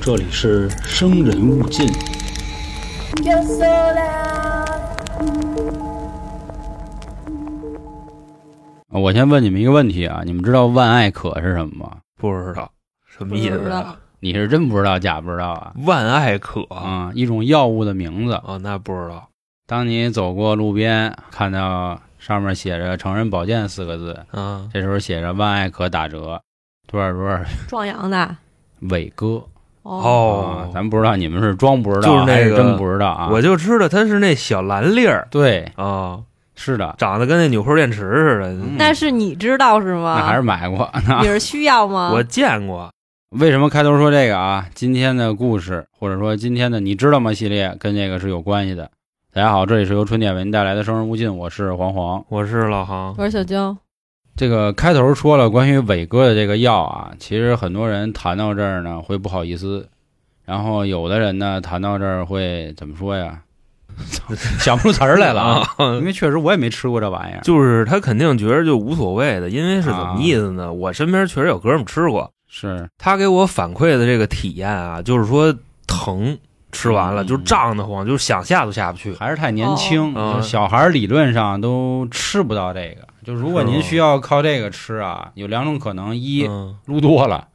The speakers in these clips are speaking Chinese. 这里是《生人勿进》。 Yo sola, 我先问你们一个问题啊，你们知道万艾可是什么吗？不知道什么意不思知道啊？你是真不知道假不知道啊？万艾可啊、啊、一种药物的名字。哦，那不知道。当你走过路边，看到上面写着“成人保健”四个字，嗯，这时候写着“万艾可打折”，多少多少壮阳的伟哥哦，啊咱不知道你们是装不知道，就是那还是个真不知道啊？我就知道它是那小蓝粒儿对，啊、是的，长得跟那纽扣电池似的。嗯但是你知道是那吗？还是买过。你是需要吗？我见过，为什么开头说这个啊？今天的故事，或者说今天的你知道吗系列，跟这个是有关系的。大家好，这里是由春点为您带来的《生人勿近》，我是黄黄。我是老航。我是小晶，这个开头说了关于伟哥的这个药啊，其实很多人谈到这儿呢会不好意思，然后有的人呢谈到这儿会怎么说呀？ 想不出词儿来了啊，因为确实我也没吃过这玩意儿。 就是他肯定觉得就无所谓的，因为是怎么意思呢？嗯我身边确实有哥们儿吃过，是，他给我反馈的这个体验啊，就是说疼，吃完了嗯就胀得慌，就是想下都下不去。还是太年轻，哦就小孩儿理论上都吃不到这个。就如果是吗您需要靠这个吃啊，有两种可能：一嗯撸多了，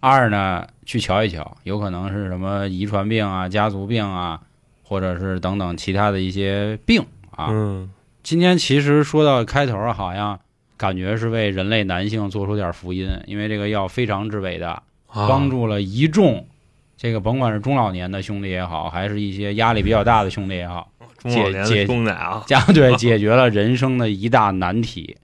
二呢去瞧一瞧，有可能是什么遗传病啊、家族病啊，或者是等等其他的一些病啊。嗯，今天其实说到开头啊，好像感觉是为人类男性做出点福音，因为这个药非常之伟大，啊帮助了一众。这个甭管是中老年的兄弟也好，还是一些压力比较大的兄弟也好，中老年解的兄弟 啊，加对解决了人生的一大难题，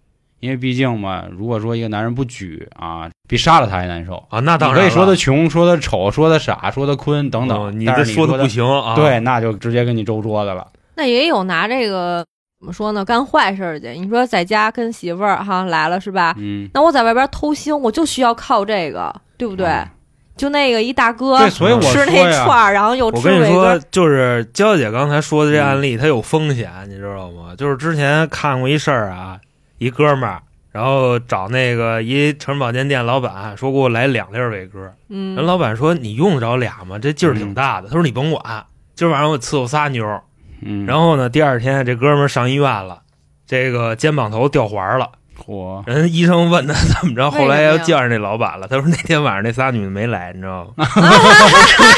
因为毕竟嘛，如果说一个男人不举啊，比杀了他还难受。啊，那当你然可了以说他穷，说他丑，说他傻，说他坤等等，嗯你但这是你的的不、行啊，对，那就直接跟你周桌子了。那也有拿这个怎么说呢，干坏事儿去。你说在家跟媳妇儿哈来了是吧？嗯，那我在外边偷腥，我就需要靠这个，对不对？嗯就那个一大哥对，所以我吃说那呀，串儿，然后又我吃跟你伟说哥，，就是娇姐刚才说的这嗯案例，它有风险，你知道吗？就是之前看过一事儿啊，一哥们儿，然后找那个一成人保健店老板说给我来两粒儿伟哥，嗯人，老板说你用得着俩吗？这劲儿挺大的。他说你甭管，今儿晚上我伺候仨妞儿。嗯，然后呢，第二天这哥们儿上医院了，这个肩膀头掉环了。火人医生问他怎么着，为什后么呀来又见着那老板了，他说那天晚上那仨女的没来，你知道 吗？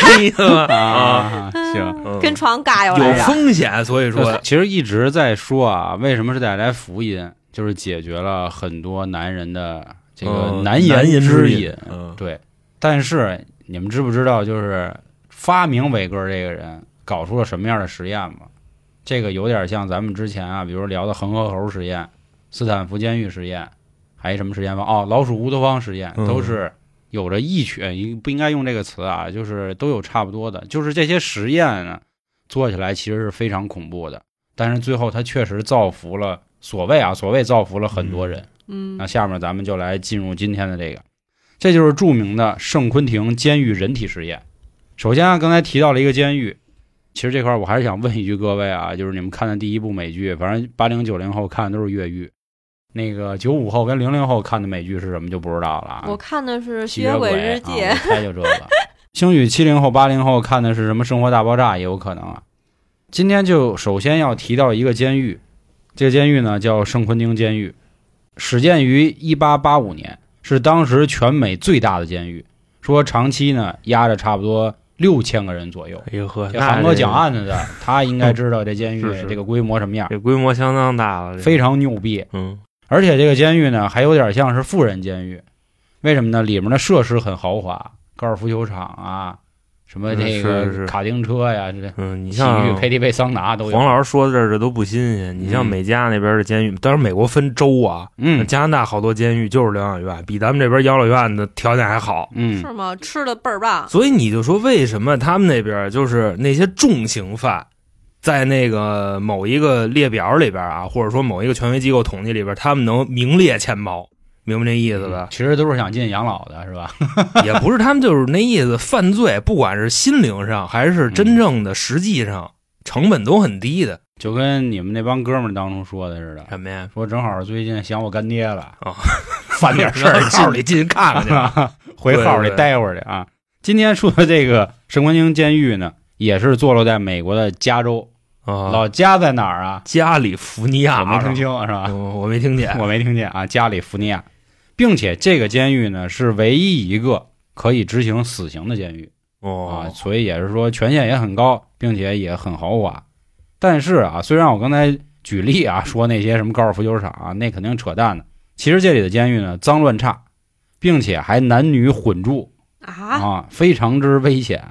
这意思吗？啊，啊，行。嗯跟床尬悠有来着，风险，所以就说其实一直在说啊，为什么是带来福音，就是解决了很多男人的这个嗯难难言言之之隐。隐嗯对，但是你们知不知道，就是发明伟哥这个人搞出了什么样的实验吗？这个有点像咱们之前啊，比如聊的恒河猴实验、斯坦福监狱实验，还有什么实验方？哦，老鼠乌托邦实验，嗯都是有着异曲，呃不应该用这个词啊，就是都有差不多的，就是这些实验呢，做起来其实是非常恐怖的，但是最后它确实造福了所谓啊，所谓造福了很多人。嗯那，下面咱们就来进入今天的这个，这就是著名的圣昆廷监狱人体实验。首先啊，刚才提到了一个监狱，其实这块儿我还是想问一句各位啊，就是你们看的第一部美剧，反正八零九零后看的都是越狱，那个九五后跟零零后看的美剧是什么就不知道了啊。我看的是《吸吸血鬼日记》啊、我猜就这 个。兴许七零后、八零后看的是什么《生活大爆炸》也有可能啊。今天就首先要提到一个监狱，这个监狱呢叫圣昆汀监狱，始建于一八八五年，是当时全美最大的监狱。说长期呢压着差不多六千个人左右。哎呦呵，这那韩哥这讲案子的，他应该知道这监狱 是是这个规模什么样，这规模相当大了，这非常牛逼。嗯而且这个监狱呢，还有点像是富人监狱，为什么呢？里面的设施很豪华，高尔夫球场啊，什么这嗯是个是卡丁车呀，这嗯，你洗像浴、KTV、桑拿都有。黄老师说的这儿这都不新鲜。你像嗯美加那边的监狱，当然美国分州啊，嗯加拿大好多监狱就是疗养院，比咱们这边养老院的条件还好。嗯，是吗？吃的倍儿棒，所以你就说为什么他们那边就是那些重刑犯，在那个某一个列表里边啊，或者说某一个权威机构统计里边，他们能名列前茅，明白这意思吧？嗯其实都是想进养老的，是吧？ 也不是他们就是那意思，犯罪不管是心灵上还是真正的实际上，成本都很低的。就跟你们那帮哥们儿当初说的似的，什么呀？说正好最近想我干爹了啊，犯点事儿 号里进去看看去。进回号里对对待会儿去啊。今天说的这个神官营监狱呢，也是坐落在美国的加州。 啊，老家在哪儿啊？加利福尼亚我没听是吧，清啊是吧？我我没 听见，我没听见啊，加利福尼亚，并且这个监狱呢是唯一一个可以执行死刑的监狱啊，哦，所以也是说权限也很高，并且也很豪华。但是啊，虽然我刚才举例啊说那些什么高尔夫球场啊，那肯定扯淡的。其实这里的监狱呢脏乱差，并且还男女混住，啊，啊，非常之危险，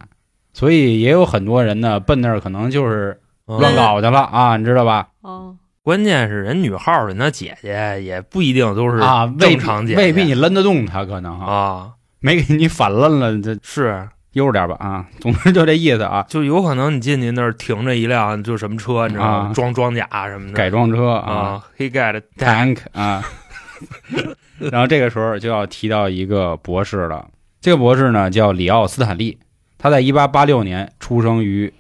所以也有很多人呢奔那儿可能就是乱嗯搞去了啊，你知道吧？哦，关键是人女号人她姐姐也不一定都是啊，未正必常姐姐未必你抡得动他，可能哈，啊，没给你反抡了，这是悠着点吧啊。总之就这意思啊，就有可能你进去那儿停着一辆就什么车，你知道吗啊？装装甲什么的， 改装车啊啊，黑盖的， ，tank 啊。 然后这个时候就要提到一个博士了，这个博士呢叫里奥斯坦利，他在一八八六年出生于，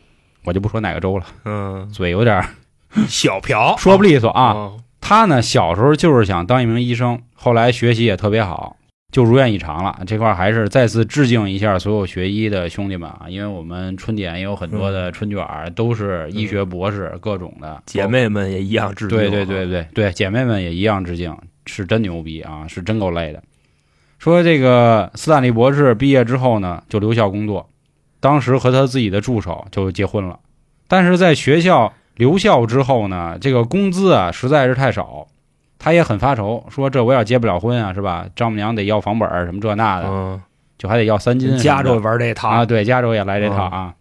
我就不说哪个州了，嗯，嘴有点儿小朴说不利索啊。哦他呢小时候就是想当一名医生，后来学习也特别好，就如愿以偿了。这块儿还是再次致敬一下所有学医的兄弟们啊，因为我们春点也有很多的春卷儿，都是医学博士各种的嗯姐。妹们也一样致敬，啊对对对对对，姐妹们也一样致敬，是真牛逼啊，是真够累的。说这个斯坦利博士毕业之后呢，就留校工作，当时和他自己的助手就结婚了。但是在学校留校之后呢，这个工资啊实在是太少，他也很发愁，说这我要结不了婚啊，是吧？丈母娘得要房本儿什么这那的，嗯，就还得要三金什么的。加州玩这啊，套，对，加州也来这套嗯啊。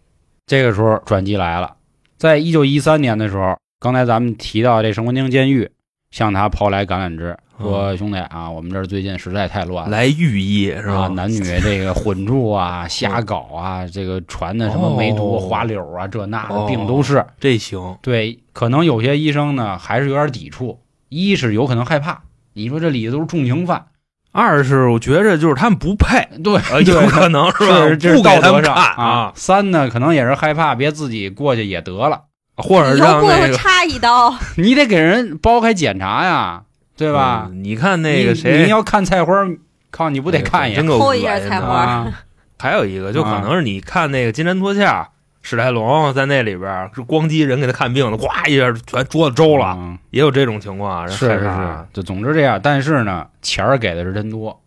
这个时候转机来了，在一九一三年的时候，刚才咱们提到这神官町监狱向他抛来橄榄枝，说、兄弟啊，我们这儿最近实在太乱了。嗯来御医是啊，吧？嗯男女 这个混住啊，瞎搞啊，这个传的什么梅毒、哦花柳啊，这那的哦病都是。这行，对，可能有些医生呢还是有点抵触，一是有可能害怕，你说这里头都是重刑犯，二是我觉着就是他们不配，对，呃，有对可能是吧？是这是不道给他德们上看啊。，三呢，可能也是害怕，别自己过去也得了，或者以后让不那能个插一刀，你得给人剥开检查呀，对吧？嗯你看那个你谁哎你，要看菜花，靠，你不得看一真眼够抠一恶下心菜的花 啊？还有一个，就可能是你看那个《金蝉脱壳》，史泰龙在那里边儿是光机人给他看病的，哗一下全桌子周了，嗯也有这种情况啊。人是害是怕是啊，，就总之这样。但是呢，钱儿给的是真多。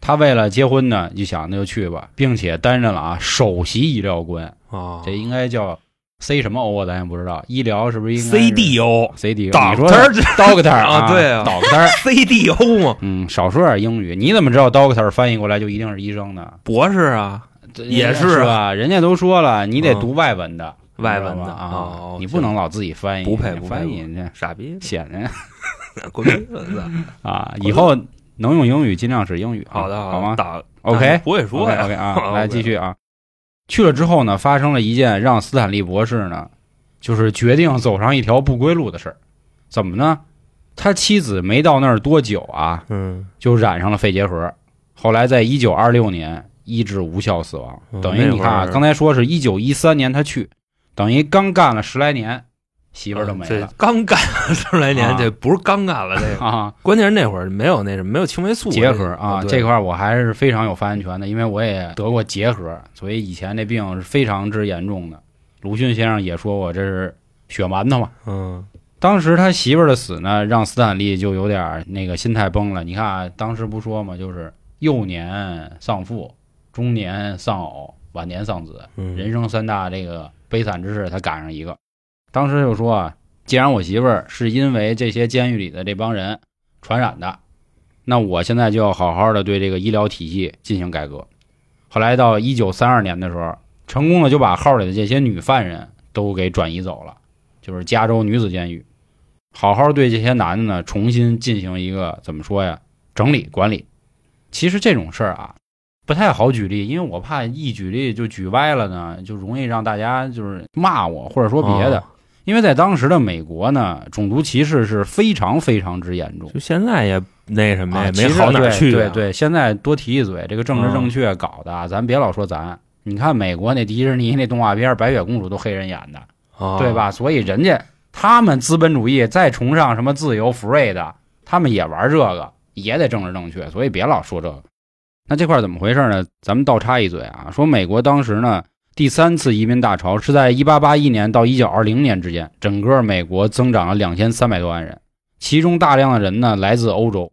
他为了结婚呢，一想那就去吧，并且担任了啊首席医疗官，哦这应该叫 C 什么 O 啊，咱也不知道。医疗是不是应该 CDO CDO？你说 Doctor doctor 啊对啊，doctor， CDO 嘛，嗯，少说点英语。你怎么知道 doctor 翻译过来就一定是医生呢？博士啊，这也是啊是吧？人家都说了，你得嗯读外文的，外文你知的道吧啊，哦你不能老自己翻译，不配你不配翻译这傻逼，显人 滚犊子！啊！以后能用英语尽量使英语啊，好的，好吗打？OK，不会说呀 OK 啊， OK 来继续啊。去了之后呢，发生了一件让斯坦利博士呢，就是决定走上一条不归路的事儿。怎么呢？他妻子没到那儿多久啊，嗯，就染上了肺结核，后来在一九二六年医治无效死亡嗯。等于你看那啊，会儿刚才说是一九一三年他去，等于刚干了十来年，媳媳妇儿都没了。刚干 了十来年啊，这不是刚干了这个，啊，关键是那会儿没有那什么，没有青霉素结核啊，哦对这块儿我还是非常有发言权的，因为我也得过结核，所以以前这病是非常之严重的。鲁迅先生也说我这是血馒头嘛。嗯当时他媳妇儿的死呢，让斯坦利就有点儿那个心态崩了。你看啊，当时不说嘛，就是幼年丧父，中年丧偶，晚年丧子，嗯人生三大这个悲惨之事，他赶上一个。当时就说啊，既然我媳妇儿是因为这些监狱里的这帮人传染的，那我现在就要好好的对这个医疗体系进行改革。后来到一九三二年的时候，成功的就把号里的这些女犯人都给转移走了，就是加州女子监狱，好好对这些男的呢重新进行一个怎么说呀整理管理。其实这种事儿啊，不太好举例，因为我怕一举例就举歪了呢，就容易让大家就是骂我或者说别的。哦因为在当时的美国呢，种族歧视是非常非常之严重。就现在也那什么啊也其没实好哪儿去啊，哦对对对，现在多提一嘴，这个政治正确搞的，咱别老说咱。你看美国那迪士尼那动画片《白雪公主》都黑人演的，啊对？吧？所以人家他们资本主义再崇尚什么自由 free 的，他们也玩这个，也得政治正确，所以别老说这个。那这块儿怎么回事呢？咱们倒插一嘴啊，说美国当时呢，第三次移民大潮是在1881年到1920年之间，整个美国增长了2300多万人，其中大量的人呢来自欧洲，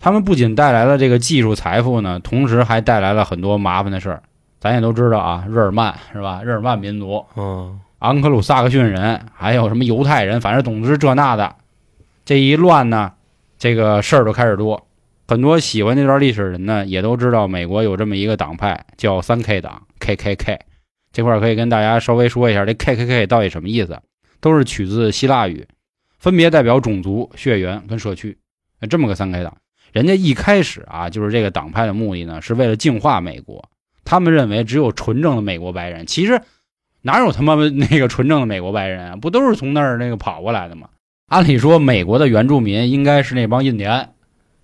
他们不仅带来了这个技术财富呢，同时还带来了很多麻烦的事儿。咱也都知道啊，日耳曼是吧？日耳曼民族，嗯，昂克鲁萨克逊人，还有什么犹太人，反正总之这那的，这一乱呢，这个事儿就开始多。很多喜欢这段历史的人呢，也都知道美国有这么一个党派叫三 K 党 （KKK）。这块儿可以跟大家稍微说一下，这 KKK 到底什么意思？都是取自希腊语，分别代表种族、血缘跟社区，呃这么个三 K 党。人家一开始啊，就是这个党派的目的呢，是为了净化美国。他们认为只有纯正的美国白人，其实哪有他妈那个纯正的美国白人啊？不都是从那儿那个跑过来的吗？按理说，美国的原住民应该是那帮印第安，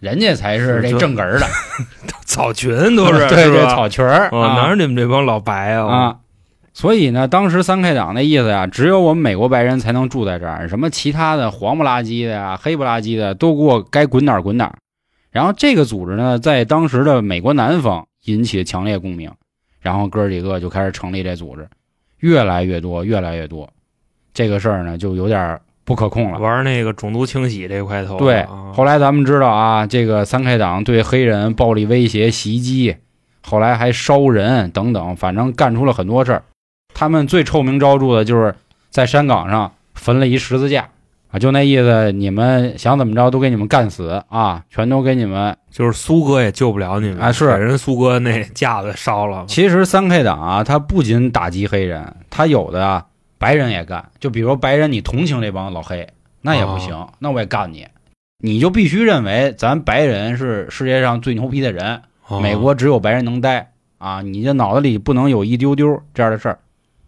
人家才是是这就正根儿的，草群 都是对是对吧草裙儿哦，啊哪有你们这帮老白啊？啊。所以呢，当时三 K 党那意思呀，只有我们美国白人才能住在这儿，什么其他的黄不拉几的呀、黑不拉几的，都给我该滚哪儿滚哪儿。然后这个组织呢，在当时的美国南方引起了强烈共鸣，然后哥几个就开始成立这组织，越来越多，越来越多，这个事儿呢就有点不可控了。玩那个种族清洗这块头啊。对啊，后来咱们知道啊，这个三 K 党对黑人暴力威胁、袭击，后来还烧人等等，反正干出了很多事儿。他们最臭名昭著的就是在山岗上焚了一十字架啊，就那意思，你们想怎么着都给你们干死啊，全都给你们。就是苏哥也救不了你们啊是给人苏哥那架子烧了。其实三 K 党啊，他不仅打击黑人，他有的啊白人也干，就比如白人你同情这帮老黑，那也不行，那我也干你。你就必须认为咱白人是世界上最牛逼的人，啊美国只有白人能待啊，你这脑子里不能有一丢丢这样的事儿。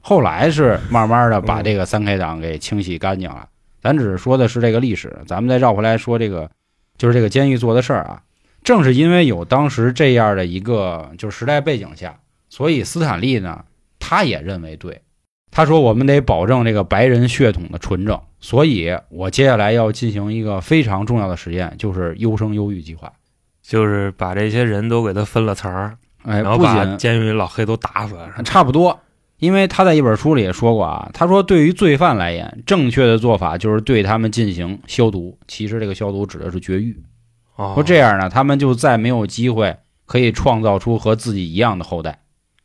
后来是慢慢的把这个三 K 党给清洗干净了。咱只是说的是这个历史，咱们再绕回来说这个，就是这个监狱做的事儿啊。正是因为有当时这样的一个就是时代背景下，所以斯坦利呢，他也认为对。他说：“我们得保证这个白人血统的纯正，所以我接下来要进行一个非常重要的实验，就是优生优育计划。就是把这些人都给他分了层儿，哎，然后不把仅监狱老黑都打死了。是吧差不多，因为他在一本书里也说过啊，他说对于罪犯来言，正确的做法就是对他们进行消毒，其实这个消毒指的是绝育。哦，说这样呢，他们就再没有机会可以创造出和自己一样的后代，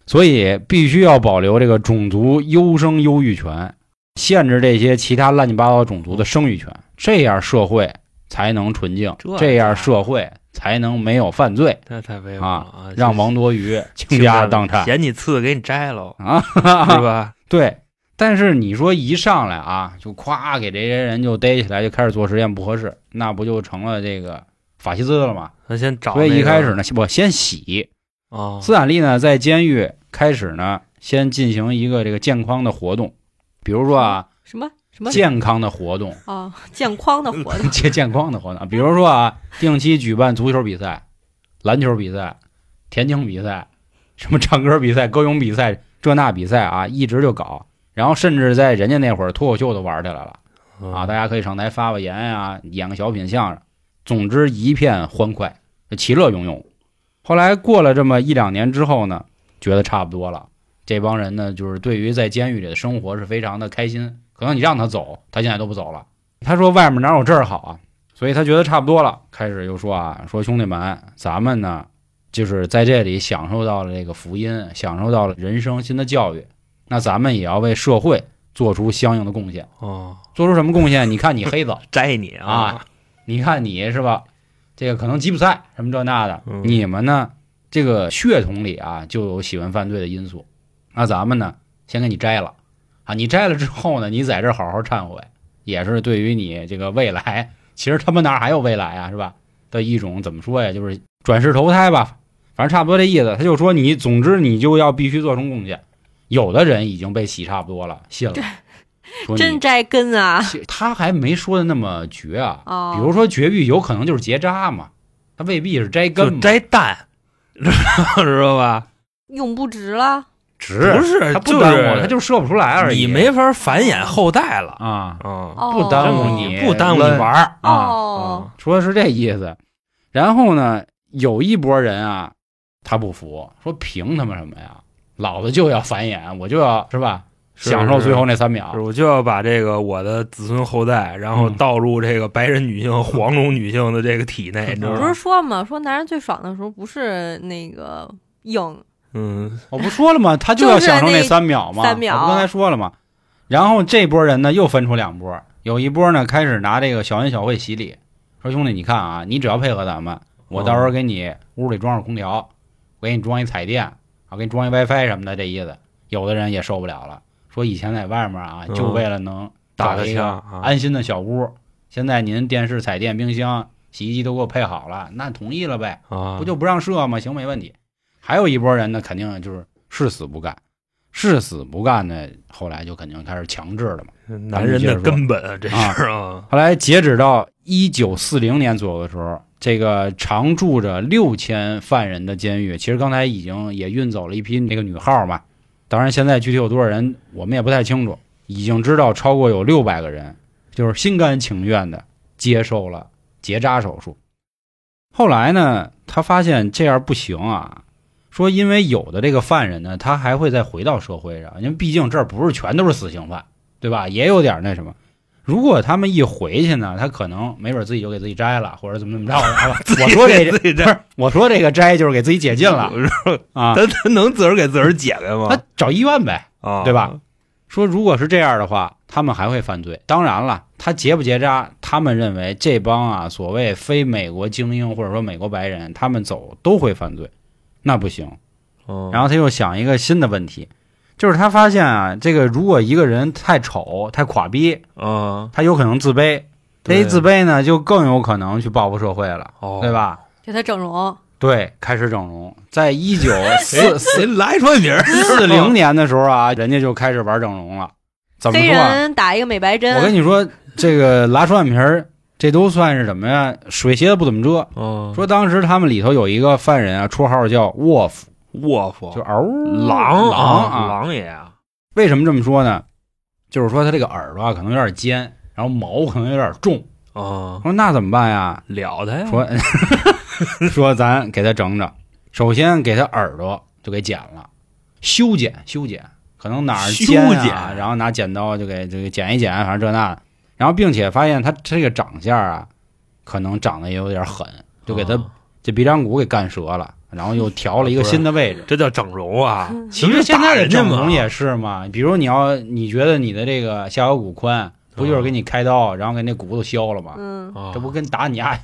所以必须要保留这个种族优生优育权，限制这些其他乱七八糟种族的生育权，这样社会才能纯净这，这样社会才能没有犯罪，那太威风啊了啊！让王多鱼倾家荡产嫌你刺给你摘喽，啊！ 是吧？对，但是你说一上来啊，就夸给这些人就逮起来，就开始做实验不合适，那不就成了这个法西斯了吗？咱先找那所个。以一开始呢，我先洗啊，斯坦利呢，在监狱开始呢，先进行一个这个健康的活动，比如说啊，什么什么健康的活动， 哦，健框的活动健健康的活动，比如说啊，定期举办足球比赛、篮球比赛、田径比赛、什么唱歌比赛、歌咏比赛，这那比赛啊，一直就搞。然后甚至在人家那会儿脱口秀都玩起来了嗯啊，大家可以上台发发言啊，演个小品相声，总之一片欢快，其乐融融。后来过了这么一两年之后呢，觉得差不多了，这帮人呢，就是对于在监狱里的生活是非常的开心。可能你让他走，他现在都不走了。他说外面哪有这儿好啊？所以他觉得差不多了，开始就说啊，说兄弟们，咱们呢，就是在这里享受到了这个福音，享受到了人生新的教育，那咱们也要为社会做出相应的贡献。哦，做出什么贡献？你看你黑子， 摘你啊，你看你是吧？这个可能吉普赛什么这那的，嗯你们呢，这个血统里啊就有喜欢犯罪的因素。那咱们呢，先给你摘了啊，你摘了之后呢，你在这儿好好忏悔，也是对于你这个未来， 其实他们哪儿还有未来啊，是吧？的一种怎么说呀，就是转世投胎吧，反正差不多这意思。他就说你，总之你就要必须做出贡献。有的人已经被洗差不多了，信了，说你 真摘根啊！其实他还没说的那么绝啊。哦，比如说绝育有可能就是结扎嘛，它未必是摘就根嘛，摘蛋， 知道吧？永不值了，植不是它就不耽误，是它就射不出来而已。你没法繁衍后代了啊，啊！哦，不耽误你，不耽误你玩儿嗯啊，哦，说是这意思。然后呢，有一波人啊，他不服，说凭他妈什么呀？老子就要繁衍，我就要是吧，是享受最后那三秒是。我就要把这个我的子孙后代，然后嗯倒入这个白人女性、黄种女性的这个体内，你知道不吗是？说嘛，说男人最爽的时候不是那个硬，嗯，我不说了吗？他就要享受那三秒嘛，就是那三秒我不刚才说了吗？然后这波人呢又分出两波，有一波呢开始拿这个小恩小惠洗礼，说兄弟你看啊，你只要配合咱们，我到时哦候给你屋里装上空调，我给你装一彩电，我给你装一 WiFi 什么的，这意思。有的人也受不了了，说以前在外面啊，嗯就为了能打找个一个枪啊，安心的小屋，现在您电视、彩电、冰箱、洗衣机都给我配好了，那同意了呗。啊不就不让射吗？行，没问题。还有一波人呢，肯定就是誓死不干，誓死不干呢，后来就肯定开始强制了嘛。男人的根本啊，这是啊，后来截止到一九四零年左右的时候，这个常住着六千犯人的监狱，其实刚才已经也运走了一批那个女号嘛。当然，现在具体有多少人，我们也不太清楚。已经知道超过有六百个人，就是心甘情愿的接受了结扎手术。后来呢，他发现这样不行啊，说因为有的这个犯人呢，他还会再回到社会上，因为毕竟这儿不是全都是死刑犯，对吧？也有点那什么。如果他们一回去呢，他可能没准自己就给自己摘了，或者怎么怎么着了。我说这 自己不这是我说这个摘就是给自己解禁 了，啊，他他能自个儿给自个儿解开吗他？找医院呗。啊，对吧？说如果是这样的话，他们还会犯罪。当然了，他结不结扎，他们认为这帮啊所谓非美国精英或者说美国白人，他们走都会犯罪，那不行。嗯？然后他又想一个新的问题，就是他发现啊，这个如果一个人太丑、太垮逼，后啊，他有可能自卑，他对一自卑呢，就更有可能去报复社会了，哦对？吧？给他整容，对，开始整容，在一九四谁 谁来说名儿？四零年的时候啊，人家就开始玩整容了。怎么黑说啊？人打一个美白 针，我跟你说，这个拉双眼皮儿，这都算是什么呀？水蝎子不怎么遮。嗯， 说当时他们里头有一个犯人啊，绰号叫沃夫，卧夫就嗷狼狼啊，啊。狼爷啊，为什么这么说呢？就是说他这个耳朵啊可能有点尖，然后毛可能有点重。啊，说那怎么办呀？了他呀，说说 咱给他整整，首先给他耳朵就给剪了，修剪修剪，可能哪儿尖修啊，剪然后拿剪刀就给这个剪一剪，反正这那的，然后并且发现他这个长相啊，可能长得也有点狠，就给他啊这鼻梁骨给干折了，然后又调了一个不是新的位置。这叫整容啊， 其实现在的这整不是打人家吗容也是嘛，比如你要你觉得你的这个下颌骨宽，不就是给你开刀，然后给那骨头削了吗？嗯，啊这不跟打你丫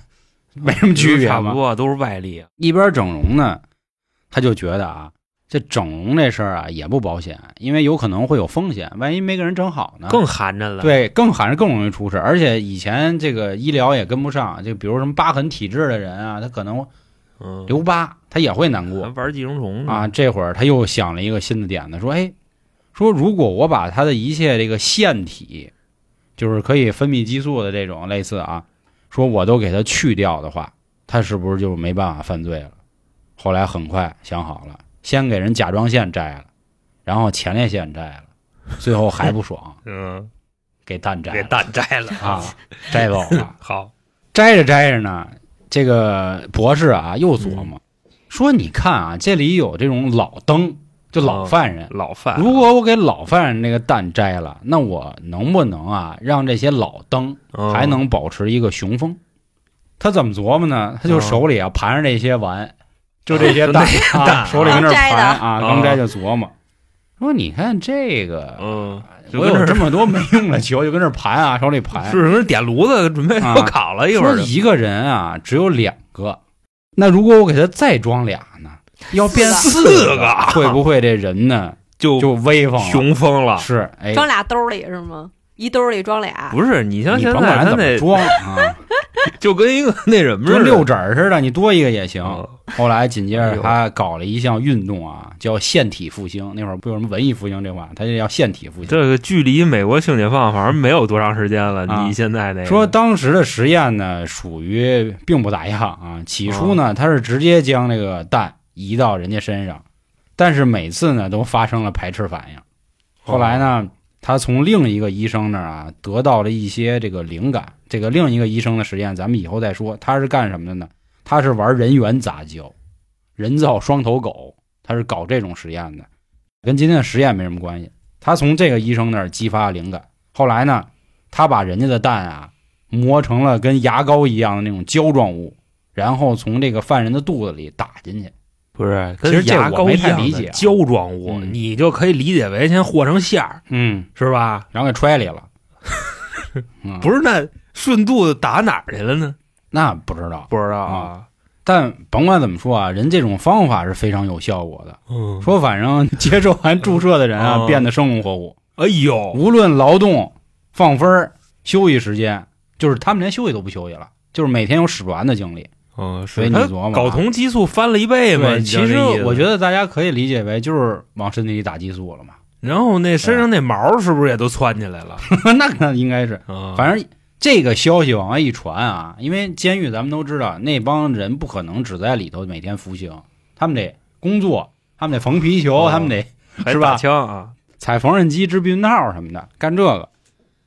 没什么区别差不吗？多都是外力，啊一边整容呢，他就觉得啊，这整容这事儿啊也不保险，因为有可能会有风险，万一没给人整好呢，更寒碜了。，对更还是更容易出事。而且以前这个医疗也跟不上，就比如什么疤痕体质的人啊，他可能嗯，留疤，他也会难过还玩寄生虫呢啊。这会儿他又想了一个新的点子，说哎，说如果我把他的一切这个腺体，就是可以分泌激素的这种类似啊，说我都给他去掉的话，他是不是就没办法犯罪了？后来很快想好了，先给人甲状腺摘了，然后前列腺摘了，最后还不爽，嗯，给蛋摘给了蛋摘了啊，摘走了。 好，摘着摘着呢，这个博士啊又琢磨、嗯说：“你看啊，这里有这种老登，就老犯人。老范，如果我给老犯人那个蛋摘了，那我能不能啊让这些老登嗯还能保持一个雄风？”他怎么琢磨呢？他就手里啊盘着这些丸，就这些蛋嗯 那啊，蛋手里跟那儿刚摘的盘啊，嗯刚摘就琢磨。说你看这个，嗯，就哎我跟有这这么多没用的球，就跟这儿盘啊，手里盘。是跟这点炉子准备要烤了一会儿啊说，一个人啊只有两个，那如果我给他再装俩呢？要变四个，个会不会这人呢就就威风了？雄风了。是哎，装俩兜里是吗？一兜里装俩，不是，你像你现甭在管他怎么那装啊， 就跟一个那什么似跟的，六指啊儿似的，你多一个也行。嗯后来紧接哎着呦他搞了一项运动啊，叫腺体复兴。那会儿不有什么文艺复兴这话，他就叫腺体复兴。这个距离美国性解放反正没有多长时间了。啊你现在那个说当时的实验呢，属于并不咋样啊。起初嗯呢，他是直接将这个蛋移到人家身上，但是每次呢都发生了排斥反应。后来呢，他从另一个医生那儿啊得到了一些这个灵感。这个另一个医生的实验，咱们以后再说。他是干什么的呢？他是玩人猿杂交，人造双头狗，他是搞这种实验的，跟今天的实验没什么关系。他从这个医生那儿激发灵感，后来呢，他把人家的蛋啊磨成了跟牙膏一样的那种胶状物，然后从这个犯人的肚子里打进去。不是，其实跟这牙我膏没一太样理的解啊胶状物，嗯你就可以理解为先和成馅儿，嗯，是吧？然后给揣里 了。嗯、不是，那顺肚子打哪儿去了呢？那不知道。不知道啊，但甭管怎么说啊，人这种方法是非常有效果的。嗯，说反 正接受完注射的人啊，嗯变得生龙活虎，哎呦，无论劳动、放分儿、休息时间，就是他们连休息都不休息了，就是每天有使不完的精力。嗯，所以是你他琢磨啊睾酮激素翻了一倍嘛？对，你知道其实这意思我觉，得大家可以理解为就是往身体里打激素了嘛。 然后那身上那毛是不是也都窜起来了？那那应该是，嗯，反正这个消息往外一传啊，因为监狱咱们都知道，那帮人不可能只在里头每天服刑，他们得工作，他们得缝皮球，哦他们得还是吧打枪啊，踩缝纫机、织避孕套什么的，干这个。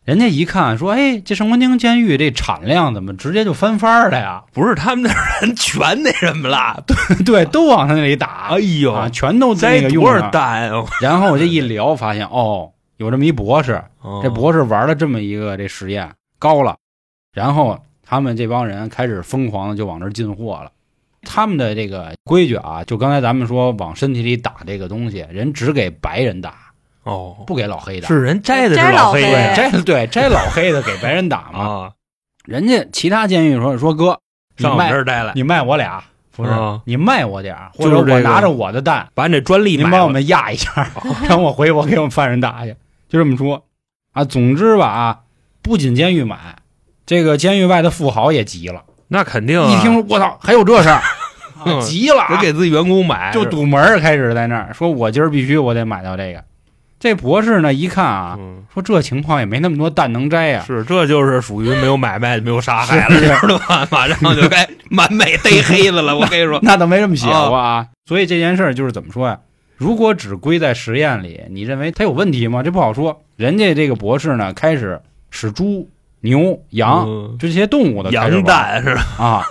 人家一看说：“哎，这圣文丁监狱这产量怎么直接就翻番儿了 呀不是他们那儿人全那什 么了？？”对，都往他那里打哎，呦，啊，全都在栽那个用多上少蛋啊！然后我这一聊，发现哦，有这么一博士，这这博士玩了这么一个这实验，高了，然后他们这帮人开始疯狂的就往这儿进货了。他们的这个规矩啊，就刚才咱们说往身体里打这个东西，人只给白人打，哦，不给老黑打。是人摘的摘是老黑黑对的摘 对摘老黑的给白人打嘛。啊，人家其他监狱说说哥，你上我们这卖儿摘来，你卖我俩，不是、啊你卖我点儿，或就者是这我个拿着我的蛋，把你这专利您买帮我了。们压一下， 让我回我给我们犯人打去，就这么说啊。总之吧啊，不仅监狱买，这个监狱外的富豪也急了，那肯定啊一听我操还有这事儿，啊嗯急了、得啊，给自己员工买，就是吧堵门儿开始在那儿说，我今儿必须我得买到这个。这博士呢一看啊，嗯说这情况也没那么多蛋能摘呀、是，这就是属于没有买卖、没有杀害了，是知道吧？ 马上就该满美逮黑子了。我跟你说，那倒没这么写过哦啊。所以这件事儿就是怎么说呀、如果只归在实验里，你认为它有问题吗？这不好说。人家这个博士呢，开始使猪、牛、 羊、嗯就这些动物的开始羊玩蛋是吧？ 啊。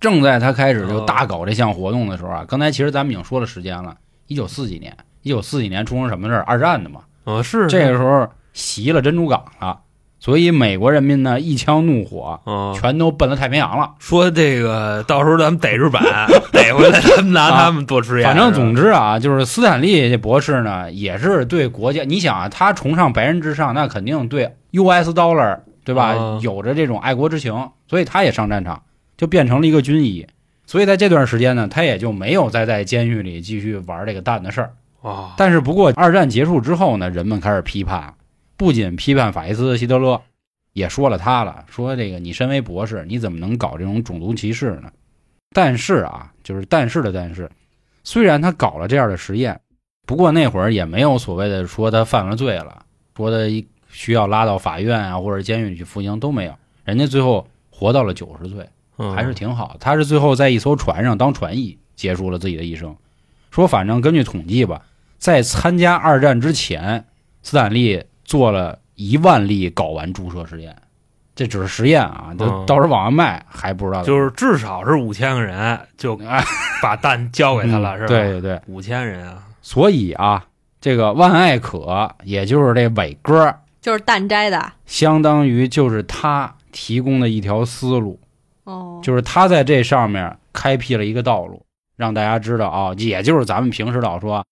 正在他开始就大搞这项活动的时候啊，刚才其实咱们已经说了时间了，一九四几年，一九四几年出生什么事儿？二战的嘛。嗯，是这个时候袭了珍珠港了，所以美国人民呢一腔怒火，嗯，全都奔了太平洋了。说这个到时候咱们逮日 本，逮回来咱们拿他们做实验。反正总之，之啊，就是斯坦利这博士呢，也是对国家，你想啊，他崇尚白人至上，那肯定对 U.S. dollar 对吧，啊有着这种爱国之情，所以他也上战场，就变成了一个军医。所以在这段时间呢，他也就没有再在监狱里继续玩这个蛋的事儿。啊，但是不过，二战结束之后呢，人们开始批判，不仅批判法西斯希特勒，也说了他了，说这个你身为博士，你怎么能搞这种种族歧视呢？但是啊，就是但是的但是，虽然他搞了这样的实验，不过那会儿也没有所谓的说他犯了罪了，说他一需要拉到法院啊或者监狱里去服刑都没有，人家最后活到了九十岁。嗯还是挺好。他是最后在一艘船上当船医，结束了自己的一生。说反正根据统计吧，在参加二战之前，斯坦利做了一万例睾丸注射实验，这只是实验啊，就嗯到时候往外卖还不知道。就是至少是五千个人就 哎，嗯把蛋交给他了，是吧？对，对对，五千人啊，所以啊，这个万艾可，也就是这伟哥，就是蛋摘的相当于就是他提供的一条思路。哦，就是他在这上面开辟了一个道路，让大家知道啊，也就是咱们平时老说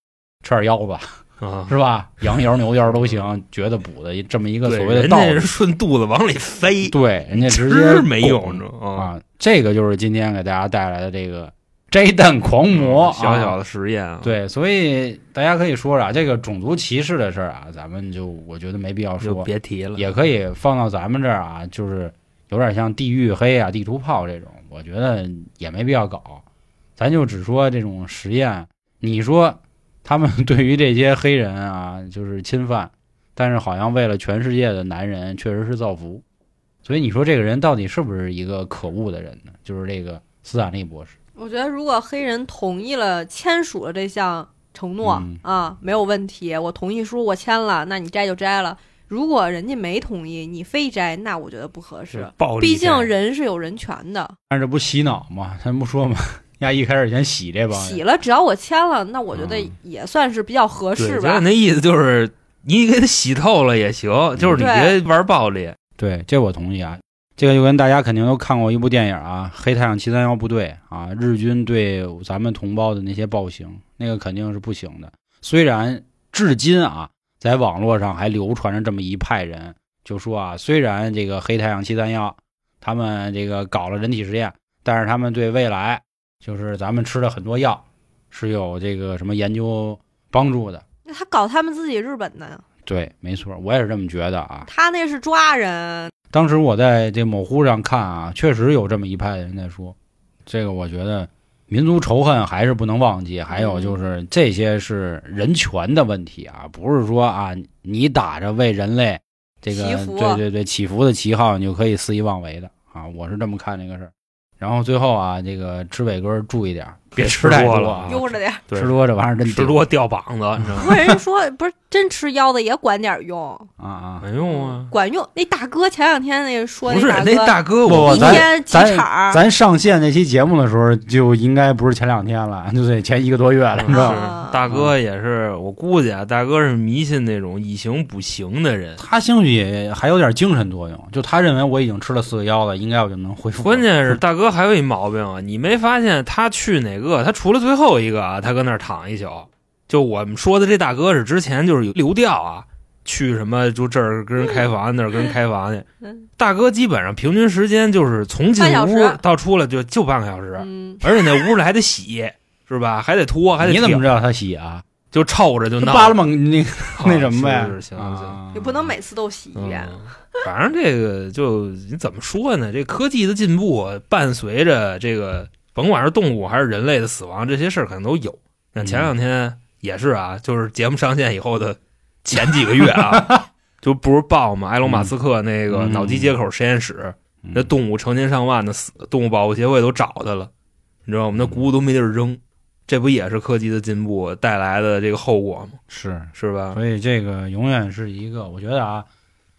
吃点腰子啊，是吧，羊腰牛腰都行，觉得补的这么一个对所谓的人道家是理。顺肚子往里塞，对，人家直接吃没拱用着啊。啊，这个就是今天给大家带来的这个摘蛋狂魔，嗯小小的。的实验啊，嗯对，所以大家可以说啊，这个种族歧视的事儿啊，咱们就我觉得没必要就说，别提了，也可以放到咱们这儿啊，就是有点像地域黑啊、地图炮这种，我觉得也没必要搞。咱就只说这种实验，你说他们 对于这些黑人啊，就是侵犯，但是好像为了全世界的男人，确实是造福。所以你说这个人到底是不是一个可恶的人呢？就是这个斯坦利博士，我觉得如果黑人同意了签署了这项承诺、嗯啊，没有问题，我同意书我签了，那你摘就摘了。如果人家没同意，你非摘，那我觉得不合适。暴力毕战竟人是有人权的， 但是这不洗脑吗？他们不说吗？呀，一开始先洗这帮洗人，了，只要我签了，那我觉嗯得也算是比较合对，适咱吧。那意思就是你给他洗透了也行，就是你别对玩暴力。对，这我同意啊。这个就跟大家肯定都看过一部电影啊，《黑太阳七三幺部队》啊，日军对咱们同胞的那些暴行，那个肯定是不行的。虽然至今啊，在网络上还流传着这么一派人，就说啊，虽然这个黑太阳七三幺他们这个搞了人体实验，但是他们对未来就是咱们吃了很多药是有这个什么研究帮助的。那他搞他们自己日本的，对，没错，我也是这么觉得啊。他那是抓人， 当时我在这某乎上看啊，确实有这么一派人在说，这个我觉得民族仇恨还是不能忘记，还嗯有就是这些是人权的问题啊，不是说啊你打着为人类这个祈福对对对祈福的旗号，你就可以肆意妄为的啊，我是这么看这个事儿。然后最后啊，这个吃伟哥注意点儿，别吃吃太多多了啊，悠着点儿。对吃多这玩意儿真吃顶多掉膀子，你知道吗？不过人家说不是真吃腰的也管点用，啊啊！没用啊，管用。那大哥前两天那个说不是大那哥大哥，不不我一咱天几咱场儿，咱上线那期节目的时候，就应该不是前两天了，就得前一个多月嗯了，你知道吗？啊是大哥也是，我估计啊，大哥是迷信那种以形补形的人。他兴许也还有点精神作用，就他认为我已经吃了四个药了，应该我就能恢复。 关键是大哥还有一毛病啊，你没发现他去哪个？他除了最后一个啊，他搁那儿躺一宿。就我们说的这大哥是之前就是有流调啊，去什么就这儿跟人开房，那儿跟人开房去嗯。大哥基本上平均时间就是从进半小屋时到出来就就半个小时，嗯，而且那屋里还得洗，是吧？还得拖，还得你怎么挑知道他洗啊？就臭着就就闹扒拉蒙那个啊那什么呗是是？行行，啊也不能每次都洗一遍。嗯反正这个就你怎么说呢？这科技的进步啊伴随着这个，甭管是动物还是人类的死亡，这些事儿可能都有。像前两天也是啊，就是节目上线以后的前几个月啊，就不是报嘛，埃隆·马斯克那个嗯脑机接口实验室，嗯那动物成千上万的死，动物保护协会都找他了，你知道吗？那谷物都没地儿扔，这不也是科技的进步带来的这个后果吗？是，是吧？所以这个永远是一个，我觉得啊，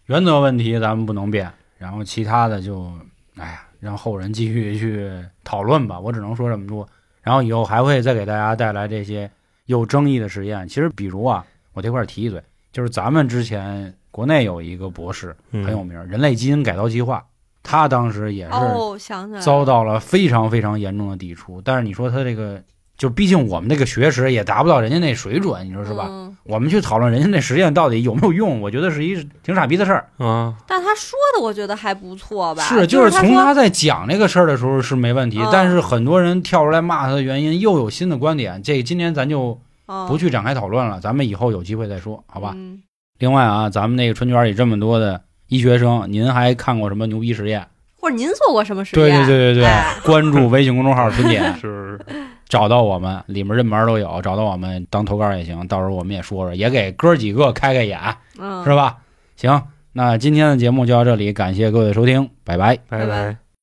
原则问题咱们不能变，然后其他的就，哎呀，让后人继续去讨论吧。我只能说这么多，然后以后还会再给大家带来这些有争议的实验。其实，比如啊，我这块儿提一嘴，就是咱们之前国内有一个博士，很很有名儿，人类基因改造计划，他当时也是哦，想起来了遭到了非常非常严重的抵触。但是你说他这个，就毕竟我们这个学识也达不到人家那水准，你说是吧？嗯我们去讨论人家那实验到底有没有用，我觉得是一挺傻逼的事儿。啊，但他说的我觉得还不错吧，是，就是是从他他说在讲这个事儿的时候是没问题，嗯但是很多人跳出来骂他的原因又有新的观点，这今天咱就嗯不去展开讨论了，咱们以后有机会再说，好吧？嗯另外啊，咱们那个春卷里这么多的医学生，您还看过什么牛逼实验？或者您做过什么实对验？对对对对，哎关注微信公众号“春点”， 是 找到我们，里面任门都有，找到我们当投稿也行，到时候我们也说说，也给哥几个开开眼，嗯，是吧？行，那今天的节目就到这里，感谢各位的收听，拜拜。拜拜拜拜